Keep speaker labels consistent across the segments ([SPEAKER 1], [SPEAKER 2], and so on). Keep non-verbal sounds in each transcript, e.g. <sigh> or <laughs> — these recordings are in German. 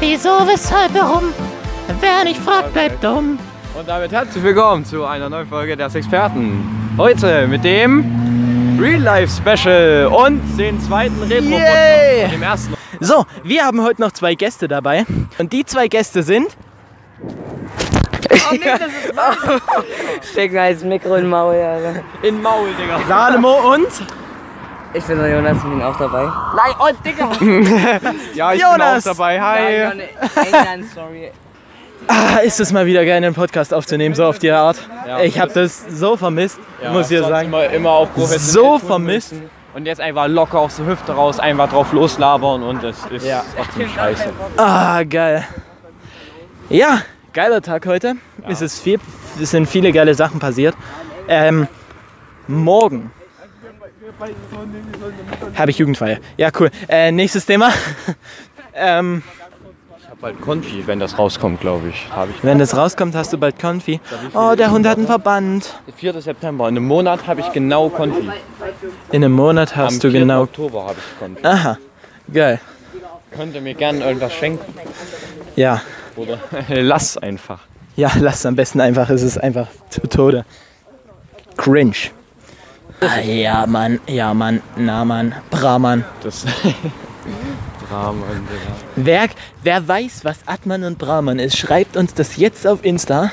[SPEAKER 1] Wieso, weshalb, warum? Wer nicht fragt, bleibt dumm.
[SPEAKER 2] Und damit herzlich willkommen zu einer neuen Folge des Experten. Heute mit dem Real Life Special und den zweiten retro
[SPEAKER 3] Yay!
[SPEAKER 2] dem ersten.
[SPEAKER 3] So, wir haben heute noch zwei Gäste dabei. Und die zwei Gäste sind.
[SPEAKER 4] Steck mir als Mikro in den Maul, Alter.
[SPEAKER 2] In Maul, Digga. <laughs>
[SPEAKER 3] Salomo und
[SPEAKER 4] Ich bin der Jonas und bin auch dabei. oh,
[SPEAKER 5] <laughs>
[SPEAKER 2] Ja, ich
[SPEAKER 3] Jonas.
[SPEAKER 2] bin auch dabei.
[SPEAKER 4] Ja,
[SPEAKER 2] Hi.
[SPEAKER 4] Johnny, England, sorry.
[SPEAKER 3] ah, ist es mal wieder geil, einen Podcast aufzunehmen, so auf die Art.
[SPEAKER 2] Ja.
[SPEAKER 3] Ich habe das so vermisst,
[SPEAKER 2] Ja,
[SPEAKER 3] muss ich ja
[SPEAKER 2] sonst
[SPEAKER 3] sagen.
[SPEAKER 2] Immer, immer auf professionell
[SPEAKER 3] So
[SPEAKER 2] tun
[SPEAKER 3] vermisst.
[SPEAKER 2] müssen. Und jetzt einfach locker aus der Hüfte raus, einfach drauf loslabern und das ist
[SPEAKER 3] Ja.
[SPEAKER 2] trotzdem scheiße.
[SPEAKER 3] Ah, geil. Ja, geiler Tag heute. Es, ist viel, es sind viele geile Sachen passiert. Ähm, morgen habe ich Jugendfeier. Ja, cool. Äh, nächstes Thema. <laughs> ähm,
[SPEAKER 2] Ich hab bald Konfi, wenn das rauskommt, glaube ich. Habe ich.
[SPEAKER 3] wenn das rauskommt, hast du bald Konfi. Oh, der Hund hat einen Verband.
[SPEAKER 2] 4. September, in einem Monat habe ich genau Konfi.
[SPEAKER 3] In einem Monat
[SPEAKER 2] Am
[SPEAKER 3] hast du
[SPEAKER 2] 4.
[SPEAKER 3] genau.
[SPEAKER 2] Oktober habe ich Konfi.
[SPEAKER 3] Aha, geil.
[SPEAKER 2] Könnt ihr mir gerne irgendwas schenken?
[SPEAKER 3] Ja,
[SPEAKER 2] Oder
[SPEAKER 3] <laughs>
[SPEAKER 2] lass einfach.
[SPEAKER 3] ja, lass am besten einfach. Es ist einfach zu Tode. Cringe. Ah, ja, Mann, ja, Mann, na, Mann, bra, Mann.
[SPEAKER 2] Das <laughs> Drama. Digga.
[SPEAKER 3] Wer, wer weiß, was Atman und Brahman ist, schreibt uns das jetzt auf Insta.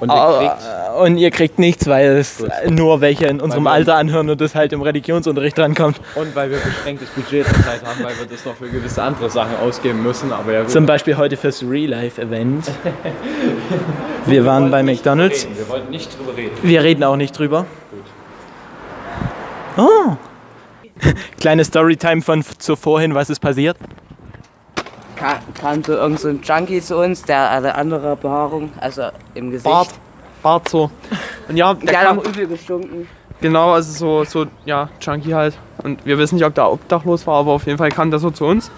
[SPEAKER 2] Und
[SPEAKER 3] Au-
[SPEAKER 2] ihr kriegt
[SPEAKER 3] Und ihr kriegt nichts, weil es nur welche in unserem
[SPEAKER 2] Weil wir-
[SPEAKER 3] Alter anhören und das halt im Religionsunterricht drankommt.
[SPEAKER 2] Und weil wir beschränktes Budget zurzeit haben, weil wir das noch für gewisse andere Sachen ausgeben müssen. Aber ja, wir
[SPEAKER 3] Zum Beispiel heute fürs
[SPEAKER 5] <laughs>
[SPEAKER 3] Real-Life-Event. Wir waren bei McDonalds.
[SPEAKER 2] reden. Wir wollten nicht drüber reden.
[SPEAKER 3] Wir reden auch nicht drüber. Oh. <laughs> Kleine Storytime von f- zu vorhin, was ist passiert?
[SPEAKER 4] Ka kam so irgend so ein Junkie zu uns, der hatte andere Behaarung, also im Gesicht.
[SPEAKER 5] Bart. Bart so. Und ja, der
[SPEAKER 4] Der hat
[SPEAKER 5] kam,
[SPEAKER 4] auch übel gestunken.
[SPEAKER 5] genau, also so, so, ja, Junkie halt. Und wir wissen nicht, ob der obdachlos war, aber auf jeden Fall kam der so zu uns.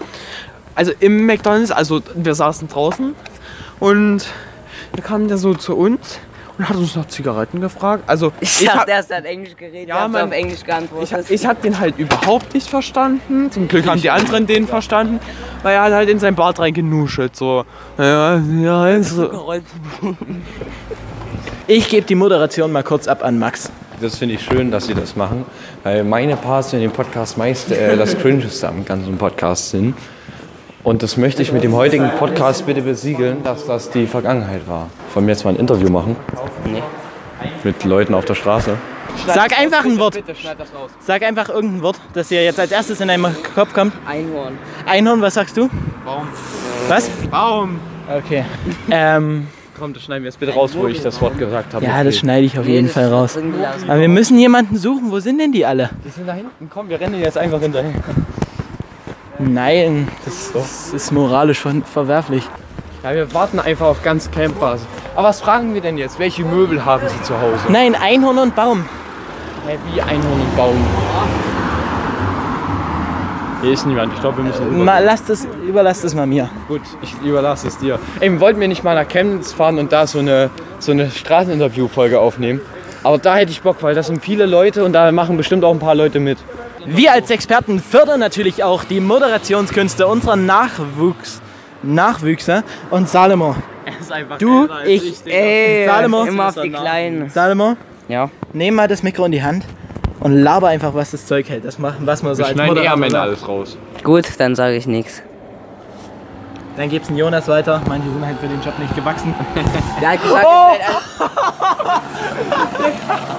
[SPEAKER 5] Also im McDonalds, also wir saßen draußen und da kam der so zu uns und hat uns nach Zigaretten gefragt. Also
[SPEAKER 4] Ich,
[SPEAKER 5] ich,
[SPEAKER 4] dachte,
[SPEAKER 5] hab,
[SPEAKER 4] der ist dann Englisch geredet,
[SPEAKER 5] Ja,
[SPEAKER 4] ja,
[SPEAKER 5] Mann.
[SPEAKER 4] auf Englisch geantwortet.
[SPEAKER 5] ich, ich hab den halt überhaupt nicht verstanden. Zum Glück haben die anderen den verstanden, weil er hat halt in sein Bart reingenuschelt. So, ja, ja, also. so.
[SPEAKER 3] Ich gebe die Moderation mal kurz ab an Max.
[SPEAKER 2] Das finde ich schön, dass sie das machen. Weil meine Parts in dem Podcast meist äh, das Cringeste am ganzen Podcast sind. Und das möchte ich mit dem heutigen Podcast bitte besiegeln, dass das die Vergangenheit war. Wollen wir jetzt mal ein Interview machen? Nee. Mit Leuten auf der Straße.
[SPEAKER 3] Sag einfach ein Wort.
[SPEAKER 5] Bitte schneid das raus.
[SPEAKER 3] Sag einfach irgendein Wort, das dir jetzt als erstes in deinen Kopf kommt.
[SPEAKER 4] Einhorn.
[SPEAKER 3] Einhorn, was sagst du?
[SPEAKER 5] Warum?
[SPEAKER 3] Was?
[SPEAKER 5] Warum?
[SPEAKER 3] Okay. Ähm,
[SPEAKER 2] Komm, das schneiden wir jetzt bitte raus, wo ich das Wort gesagt habe.
[SPEAKER 3] ja, das schneide ich auf jeden Fall raus.
[SPEAKER 4] Drin gelassen.
[SPEAKER 3] Aber wir müssen jemanden suchen. Wo sind denn die alle?
[SPEAKER 2] Die sind da hinten. Komm, wir rennen jetzt einfach hinterher.
[SPEAKER 3] Nein, das, das ist moralisch ver verwerflich.
[SPEAKER 5] Ja, wir warten einfach auf ganz Campers. Aber was fragen wir denn jetzt? Welche Möbel haben Sie zu Hause?
[SPEAKER 3] Nein, Einhorn und Baum.
[SPEAKER 5] Hä, wie Einhorn und Baum.
[SPEAKER 2] Hier ist niemand. Ich glaube, wir müssen rüber.
[SPEAKER 3] Mal, lass das, überlass das mal mir.
[SPEAKER 2] Gut, ich überlasse es dir. Eben wollten wir nicht mal nach Chemnitz fahren und da so eine, so eine Straßeninterview-Folge aufnehmen. Aber da hätte ich Bock, weil das sind viele Leute und da machen bestimmt auch ein paar Leute mit.
[SPEAKER 3] Wir als Experten fördern natürlich auch die Moderationskünste unserer Nachwuchs Nachwüchser und Salomo. Du, ich,
[SPEAKER 4] Ey,
[SPEAKER 3] Salomo.
[SPEAKER 4] immer auf die Kleinen.
[SPEAKER 3] Salomo,
[SPEAKER 4] Ja.
[SPEAKER 3] nehm mal das Mikro in die Hand und laber einfach, was das Zeug hält. Das machen, was man so als
[SPEAKER 2] eh
[SPEAKER 3] Moderator sagt.
[SPEAKER 2] alles raus.
[SPEAKER 4] Gut, dann sage ich nichts.
[SPEAKER 3] Dann gibt's einen Jonas weiter. Manche sind halt für den Job nicht gewachsen.
[SPEAKER 4] Der hat gesagt,
[SPEAKER 5] Oh!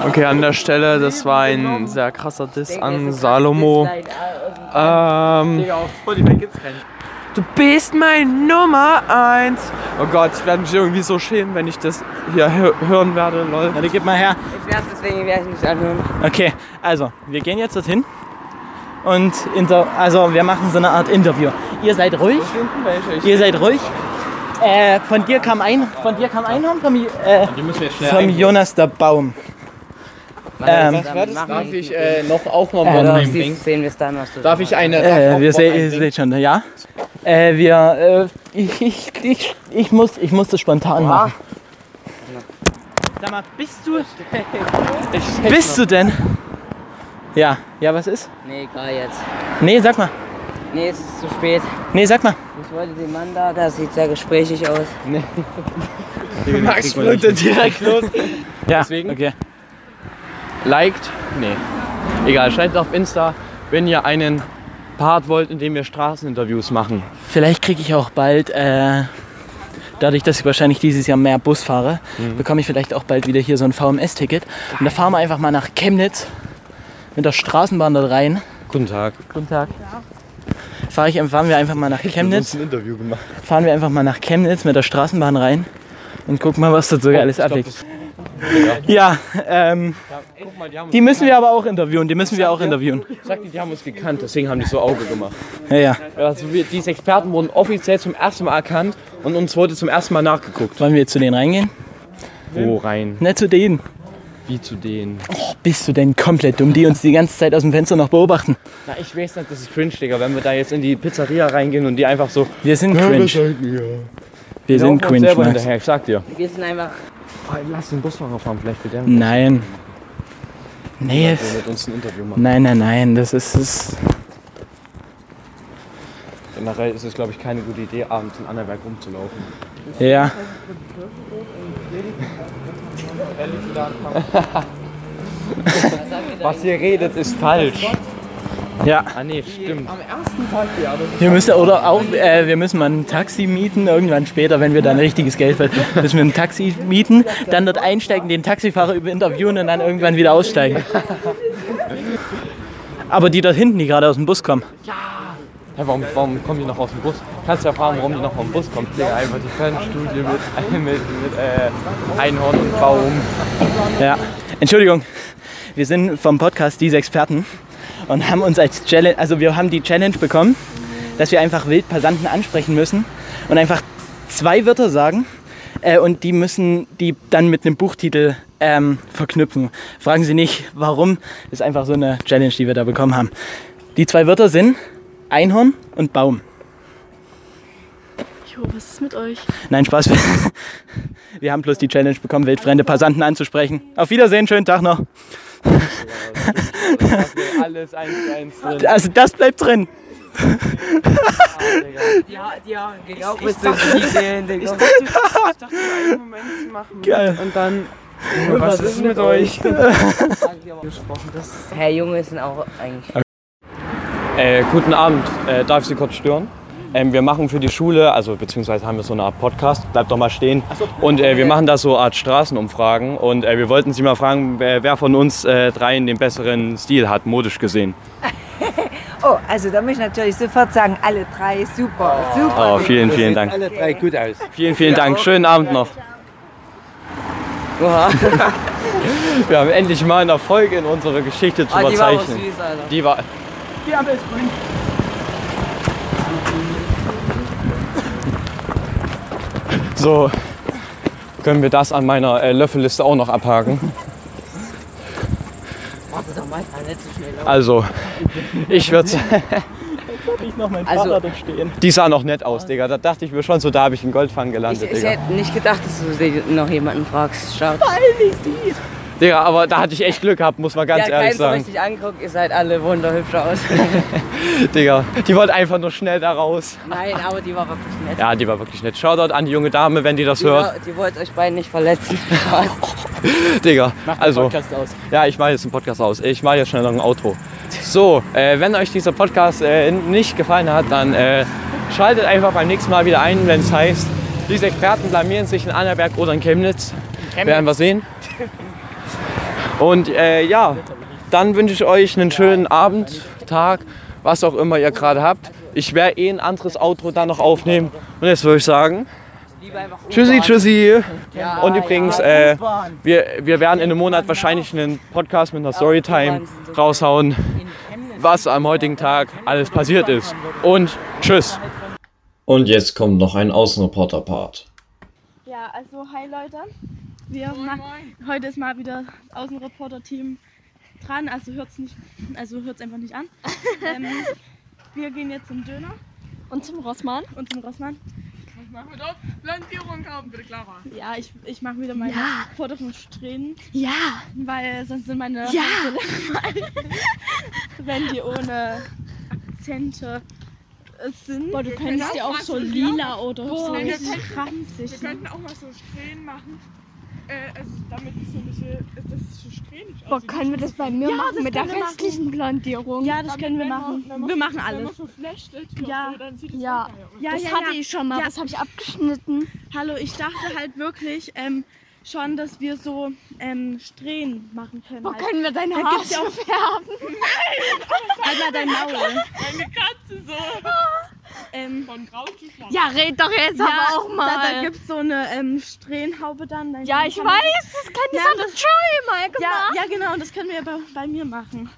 [SPEAKER 5] Okay, an der Stelle, das war ein sehr krasser Diss an Salomo. Ähm. Du bist mein Nummer eins. Oh Gott, ich werde mich irgendwie so schämen, wenn ich das hier hö- hören werde, lol.
[SPEAKER 3] Na, dann gib mal her.
[SPEAKER 4] Ich werde deswegen werde ich nicht anhören.
[SPEAKER 3] Okay, also, wir gehen jetzt dorthin. Und inter also wir machen so eine Art Interview. Ihr seid ruhig. Ihr seid ruhig. Äh, von dir kam ein, von dir kam ein und vom, äh,
[SPEAKER 2] Die müssen jetzt
[SPEAKER 3] vom Jonas der Baum. Ähm,
[SPEAKER 2] Darf ich äh, noch, auch noch
[SPEAKER 4] Äh,
[SPEAKER 2] ein
[SPEAKER 4] doch,
[SPEAKER 2] Wort
[SPEAKER 4] siehst-
[SPEAKER 2] einbringen?
[SPEAKER 4] sehen wir es dann, was du
[SPEAKER 2] Darf ich eine... darf
[SPEAKER 3] äh,
[SPEAKER 2] ich
[SPEAKER 3] wir
[SPEAKER 2] auch
[SPEAKER 3] se
[SPEAKER 2] Wort
[SPEAKER 3] ihr
[SPEAKER 2] einbringen?
[SPEAKER 3] seht schon, ja? Äh, wir, äh, ich, ich, ich, ich, muss, ich muss das spontan machen. Sag mal, bist <laughs> du... Bist du denn? Ja, ja, was ist?
[SPEAKER 4] Nee, egal jetzt.
[SPEAKER 3] Nee, sag mal.
[SPEAKER 4] Nee, es ist zu spät.
[SPEAKER 3] Nee, sag mal.
[SPEAKER 4] Ich wollte den Mann da, der sieht sehr gesprächig aus.
[SPEAKER 2] Max springt direkt los.
[SPEAKER 3] Ja,
[SPEAKER 2] Deswegen?
[SPEAKER 3] okay.
[SPEAKER 2] Liked? Nee. Egal, schreibt auf Insta, wenn ihr einen Part wollt, in dem wir Straßeninterviews machen.
[SPEAKER 3] Vielleicht kriege ich auch bald, äh, dadurch, dass ich wahrscheinlich dieses Jahr mehr Bus fahre, bekomme ich vielleicht auch bald wieder hier so ein VMS-Ticket. Und da fahren wir einfach mal nach Chemnitz mit der Straßenbahn dort rein.
[SPEAKER 6] Guten Tag.
[SPEAKER 3] Guten Tag. Fahr ich, fahren wir einfach mal nach Chemnitz.
[SPEAKER 6] ein Interview gemacht.
[SPEAKER 3] Fahren wir einfach mal nach Chemnitz mit der Straßenbahn rein und gucken mal, was dort
[SPEAKER 2] Oh,
[SPEAKER 3] sogar alles abgeht. Ja, ähm,
[SPEAKER 2] Guck mal, die haben,
[SPEAKER 3] die müssen wir aber auch interviewen. Die müssen wir auch interviewen.
[SPEAKER 2] sag dir, die haben uns gekannt, deswegen haben die so Auge gemacht.
[SPEAKER 3] Ja, ja.
[SPEAKER 2] Also wir, diese Experten wurden offiziell zum ersten Mal erkannt und uns wurde zum ersten Mal nachgeguckt.
[SPEAKER 3] Wollen wir jetzt zu denen reingehen?
[SPEAKER 2] Wo rein?
[SPEAKER 3] Ne, zu denen.
[SPEAKER 2] Wie zu denen?
[SPEAKER 3] Bist du denn komplett dumm, die uns die ganze Zeit aus dem Fenster noch beobachten?
[SPEAKER 2] Na, ich weiß nicht, das ist cringe, Digga, wenn wir da jetzt in die Pizzeria reingehen und die einfach so...
[SPEAKER 3] Wir sind cringe. Wir sind
[SPEAKER 2] laufen uns
[SPEAKER 3] cringe,
[SPEAKER 2] selber
[SPEAKER 3] Max.
[SPEAKER 2] hinterher, ich sag dir.
[SPEAKER 4] Wir sind einfach
[SPEAKER 2] Lass den Busfahrer fahren, vielleicht wird der
[SPEAKER 3] Nein. Nee, es-
[SPEAKER 2] mit uns ein Interview machen.
[SPEAKER 3] nein, nein, nein, das ist es.
[SPEAKER 2] Generell ist es, glaube ich, keine gute Idee, abends in Annaberg rumzulaufen.
[SPEAKER 3] Ja.
[SPEAKER 2] Was ihr redet, ist falsch.
[SPEAKER 3] Ja.
[SPEAKER 2] Ah, nee, stimmt.
[SPEAKER 3] Wir müssen oder auch, äh, wir müssen mal ein Taxi mieten, irgendwann später, wenn wir dann richtiges Geld verdienen, müssen wir ein Taxi mieten, dann dort einsteigen, den Taxifahrer über interviewen und dann irgendwann wieder aussteigen. Aber die dort hinten, die gerade aus dem Bus kommen.
[SPEAKER 2] Hey, warum, warum kommen die noch aus dem Bus? Kannst du ja fragen, warum die noch aus dem Bus kommen. Digga, einfach die Fernstudie mit, <laughs> mit, mit äh, Einhorn und Baum.
[SPEAKER 3] Ja, Entschuldigung. Wir sind vom Podcast Diese Experten und haben uns als Challenge, also wir haben die Challenge bekommen, dass wir einfach Wildpassanten ansprechen müssen und einfach zwei Wörter sagen äh, und die müssen die dann mit einem Buchtitel ähm, verknüpfen. Fragen Sie nicht, warum. Das ist einfach so eine Challenge, die wir da bekommen haben. Die zwei Wörter sind Einhorn und Baum.
[SPEAKER 7] Jo, was ist mit euch?
[SPEAKER 3] Nein, Spaß. <laughs> Wir haben bloß die Challenge bekommen, wildfremde Passanten anzusprechen. Auf Wiedersehen, schönen Tag noch.
[SPEAKER 2] Alles eins zu eins drin.
[SPEAKER 3] Also das bleibt drin.
[SPEAKER 4] auch bis zum Knie gehen.
[SPEAKER 3] Geil.
[SPEAKER 2] Was ist mit euch?
[SPEAKER 4] <laughs> Herr Junge sind auch eigentlich.
[SPEAKER 2] Äh, guten Abend, äh, darf ich Sie kurz stören? Ähm, wir machen für die Schule, also beziehungsweise haben wir so eine Art Podcast, bleibt doch mal stehen. Und äh, wir machen da so eine Art Straßenumfragen und äh, wir wollten Sie mal fragen, wer, wer von uns äh, dreien den besseren Stil hat, modisch gesehen.
[SPEAKER 8] Oh, also da muss ich natürlich sofort sagen, alle drei super, super.
[SPEAKER 2] Oh, vielen, vielen Dank.
[SPEAKER 9] Alle drei gut aus.
[SPEAKER 2] Vielen, vielen Dank. Schönen Abend noch. <laughs>
[SPEAKER 4] Oha. Ah,
[SPEAKER 2] Wir haben endlich mal eine Folge in unserer Geschichte zu
[SPEAKER 4] Ah, die war aber
[SPEAKER 2] verzeichnen.
[SPEAKER 4] süß, Alter.
[SPEAKER 2] Die war. So, können wir das an meiner äh, Löffelliste auch noch abhaken?
[SPEAKER 4] Warte doch mal, fahr nicht so schnell.
[SPEAKER 2] Also, ich würde
[SPEAKER 3] Ich noch mein
[SPEAKER 4] Also-
[SPEAKER 3] Fahrrad stehen.
[SPEAKER 2] <laughs> Die sah noch nett aus, Digga. Da dachte ich mir schon so, da habe ich einen Goldfang
[SPEAKER 4] Ich,
[SPEAKER 2] gelandet,
[SPEAKER 4] ich
[SPEAKER 2] Digga.
[SPEAKER 4] hätte nicht gedacht, dass du sie noch jemanden fragst. Schade.
[SPEAKER 2] Digga, aber da hatte ich echt Glück gehabt, muss man ganz
[SPEAKER 4] ja,
[SPEAKER 2] ehrlich
[SPEAKER 4] keinen so
[SPEAKER 2] sagen.
[SPEAKER 4] richtig anguckt, ihr seid alle wunderhübsch
[SPEAKER 2] <laughs>
[SPEAKER 4] aus.
[SPEAKER 2] Digga, die wollte einfach nur schnell da raus.
[SPEAKER 4] Nein, aber die war wirklich nett.
[SPEAKER 2] Ja, die war wirklich nett. Shoutout an die junge Dame, wenn die das
[SPEAKER 4] Die,
[SPEAKER 2] hört.
[SPEAKER 4] war, die wollte euch beiden nicht verletzen.
[SPEAKER 2] <laughs> Digga, also,
[SPEAKER 3] Podcast aus.
[SPEAKER 2] ja, ich mache jetzt einen Podcast aus. Ich mache jetzt schnell noch ein Outro. So, äh, wenn euch dieser Podcast äh, nicht gefallen hat, dann äh, schaltet einfach beim nächsten Mal wieder ein, wenn es heißt, diese Experten blamieren sich in Annaberg oder in Chemnitz. Werden wir sehen. Und äh, ja, dann wünsche ich euch einen schönen Abend, Tag, was auch immer ihr gerade habt. Ich werde eh ein anderes Outro da noch aufnehmen. Und jetzt würde ich sagen, tschüssi, tschüssi. Und übrigens, äh, wir, wir werden in einem Monat wahrscheinlich einen Podcast mit einer Storytime raushauen, was am heutigen Tag alles passiert ist. Und tschüss.
[SPEAKER 6] Und jetzt kommt noch ein Außenreporter-Part.
[SPEAKER 7] Ja, also hi Leute. Wir machen heute ist mal wieder das Außenreporter-Team dran, also hört's nicht, also hört's einfach nicht <laughs> an. ähm, wir gehen jetzt zum Döner und zum Rossmann und zum Rossmann. Ich mach mit auf Plantierung kaufen, bitte Clara. Ja, ich, ich mache wieder mein Foto von Strähnen,
[SPEAKER 10] Ja,
[SPEAKER 7] weil sonst sind meine
[SPEAKER 10] Ja.
[SPEAKER 7] <laughs> Hände leer. wenn die ohne Akzente es sind. Boah, du
[SPEAKER 9] könntest ja auch so lila
[SPEAKER 7] oder
[SPEAKER 9] so
[SPEAKER 7] ranzig.
[SPEAKER 9] Wir könnten auch mal so Strähnen machen. Äh, also damit es so ein bisschen, dass es so strähnig
[SPEAKER 10] Boah,
[SPEAKER 9] aussieht.
[SPEAKER 10] können wir das bei mir
[SPEAKER 7] Ja,
[SPEAKER 10] machen
[SPEAKER 7] das
[SPEAKER 10] mit der
[SPEAKER 7] können wir machen.
[SPEAKER 10] restlichen Blondierung?
[SPEAKER 7] Ja, das können wir machen.
[SPEAKER 9] Wenn man-
[SPEAKER 7] Wir machen
[SPEAKER 9] Wenn man
[SPEAKER 7] alles.
[SPEAKER 9] so Flashlicht macht,
[SPEAKER 7] Ja.
[SPEAKER 9] so, dann sieht es
[SPEAKER 10] Ja.
[SPEAKER 9] auch geil aus.
[SPEAKER 7] Ja,
[SPEAKER 10] das
[SPEAKER 7] ja,
[SPEAKER 10] hatte
[SPEAKER 7] ja.
[SPEAKER 10] ich schon mal.
[SPEAKER 7] Ja.
[SPEAKER 10] Das habe ich abgeschnitten.
[SPEAKER 7] Hallo, ich dachte halt wirklich ähm, schon, dass wir so ähm, Strähnen machen können.
[SPEAKER 10] Boah,
[SPEAKER 7] halt.
[SPEAKER 10] können wir deine Haare
[SPEAKER 7] gibt's ja auch-
[SPEAKER 10] färben?
[SPEAKER 7] Halt mal dein Maul.
[SPEAKER 9] Meine Katze so
[SPEAKER 7] Ähm,
[SPEAKER 9] von grau zu schwarz.
[SPEAKER 10] Ja, red doch jetzt aber auch mal.
[SPEAKER 7] Da, da gibt es so eine ähm, Strähnenhaube dann. dann
[SPEAKER 10] ja, ich
[SPEAKER 7] kann man-
[SPEAKER 10] weiß, das kann ich
[SPEAKER 7] Ja,
[SPEAKER 10] so Troy mal gemacht.
[SPEAKER 7] Ja, ja, genau, und das können wir ja bei, bei mir machen.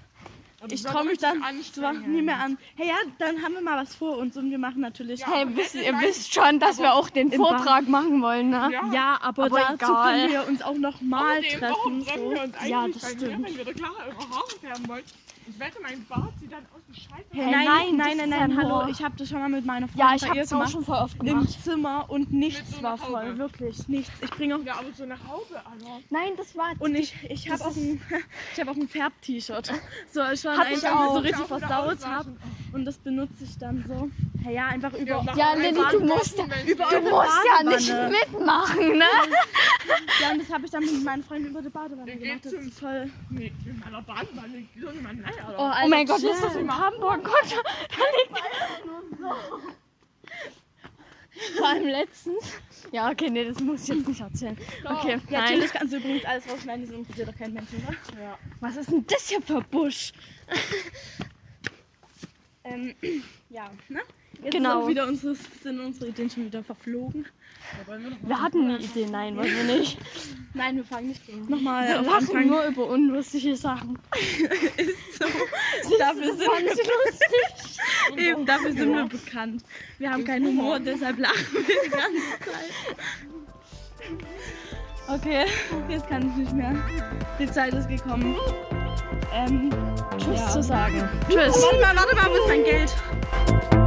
[SPEAKER 9] Aber
[SPEAKER 7] Ich
[SPEAKER 9] die
[SPEAKER 7] traue mich
[SPEAKER 9] soll
[SPEAKER 7] dann
[SPEAKER 9] richtig
[SPEAKER 7] zwar nie mehr an. Hey, ja, dann haben wir mal was vor uns und wir machen natürlich.
[SPEAKER 10] Hey, wisst, ihr wisst schon, dass wir auch den
[SPEAKER 7] Im Bad.
[SPEAKER 10] Vortrag machen wollen, ne?
[SPEAKER 9] Ja.
[SPEAKER 7] Ja, aber,
[SPEAKER 10] Aber
[SPEAKER 7] dazu
[SPEAKER 10] egal.
[SPEAKER 7] können wir uns auch nochmal
[SPEAKER 9] Außerdem, warum
[SPEAKER 7] treffen.
[SPEAKER 9] treffen wir uns
[SPEAKER 7] So.
[SPEAKER 9] eigentlich
[SPEAKER 7] Ja, das
[SPEAKER 9] bei
[SPEAKER 7] stimmt.
[SPEAKER 9] mir, wenn wir da klar eure Haare färben wollen? Ich wette, mein Bart sieht dann aus wie Scheiße.
[SPEAKER 10] Hey,
[SPEAKER 7] nein,
[SPEAKER 10] nein,
[SPEAKER 7] nein,
[SPEAKER 10] das
[SPEAKER 7] nein,
[SPEAKER 10] ist
[SPEAKER 7] nein,
[SPEAKER 10] ja nur-
[SPEAKER 7] hallo, ich habe das schon mal mit meiner
[SPEAKER 10] Ja,
[SPEAKER 7] Freundin
[SPEAKER 10] ich
[SPEAKER 7] bei
[SPEAKER 10] habe
[SPEAKER 7] ihr
[SPEAKER 10] es auch
[SPEAKER 7] gemacht.
[SPEAKER 10] schon voll oft
[SPEAKER 7] Im
[SPEAKER 10] gemacht.
[SPEAKER 7] Zimmer und
[SPEAKER 9] Mit
[SPEAKER 7] nichts
[SPEAKER 9] so
[SPEAKER 7] war
[SPEAKER 9] einer
[SPEAKER 7] voll,
[SPEAKER 9] Haube.
[SPEAKER 7] wirklich nichts. Ich bringe auch
[SPEAKER 9] Ja, aber so eine Haube, Alter.
[SPEAKER 10] Nein, das war.
[SPEAKER 7] und ich, ich habe auch ein, <laughs> ich hab auch ein Färb-T-Shirt. So, ich war
[SPEAKER 10] Hab ich
[SPEAKER 7] einfach
[SPEAKER 10] auch.
[SPEAKER 7] so richtig
[SPEAKER 9] Auch wieder
[SPEAKER 7] versaut
[SPEAKER 9] auswaschen.
[SPEAKER 7] habe und das benutze ich dann so. Ja, ja einfach über
[SPEAKER 9] nach
[SPEAKER 10] Ja,
[SPEAKER 9] einem
[SPEAKER 10] Lilly, du
[SPEAKER 9] Baden
[SPEAKER 10] musst-
[SPEAKER 9] dürfen Menschen
[SPEAKER 10] Du
[SPEAKER 9] nicht.
[SPEAKER 10] musst ja nicht
[SPEAKER 7] Badewanne.
[SPEAKER 10] mitmachen, ne?
[SPEAKER 7] Ja, und das habe ich dann mit meinen Freunden über die Badewanne
[SPEAKER 9] Wir gehen
[SPEAKER 7] gemacht. Das
[SPEAKER 9] zum-
[SPEAKER 7] ist voll.
[SPEAKER 9] Nee, in meiner Badewanne. So eine Mann, nein, Alter.
[SPEAKER 7] Oh, Alter,
[SPEAKER 10] Oh mein Gott,
[SPEAKER 7] chill.
[SPEAKER 10] ist das in Hamburg? Oh Gott, Vor allem letztens. Ja, okay, nee, das muss ich jetzt nicht erzählen. Okay,
[SPEAKER 7] Ja,
[SPEAKER 10] nein.
[SPEAKER 7] natürlich kannst du übrigens alles rausschneiden, das interessiert doch keinen Menschen, oder?
[SPEAKER 10] Was ist denn das hier für Busch?
[SPEAKER 7] Ähm, ja, ne? Jetzt
[SPEAKER 10] Genau.
[SPEAKER 7] sind, wieder unsere, sind unsere Ideen schon wieder verflogen.
[SPEAKER 10] Wir hatten eine Idee, nein, wollen wir nicht.
[SPEAKER 7] Nein, wir fangen nicht nochmal
[SPEAKER 10] Wir
[SPEAKER 7] auf
[SPEAKER 10] lachen
[SPEAKER 7] Anfang.
[SPEAKER 10] nur über unlustige Sachen.
[SPEAKER 7] Dafür sind wir Eben, dafür sind wir bekannt. Wir haben keinen Humor,
[SPEAKER 10] Genau.
[SPEAKER 7] deshalb lachen wir die ganze Zeit. Okay, jetzt kann ich nicht mehr. Die Zeit ist gekommen. Ähm,
[SPEAKER 10] Tschüss zu sagen.
[SPEAKER 7] Tschüss. Warte mal, warte mal, wo ist mein Geld?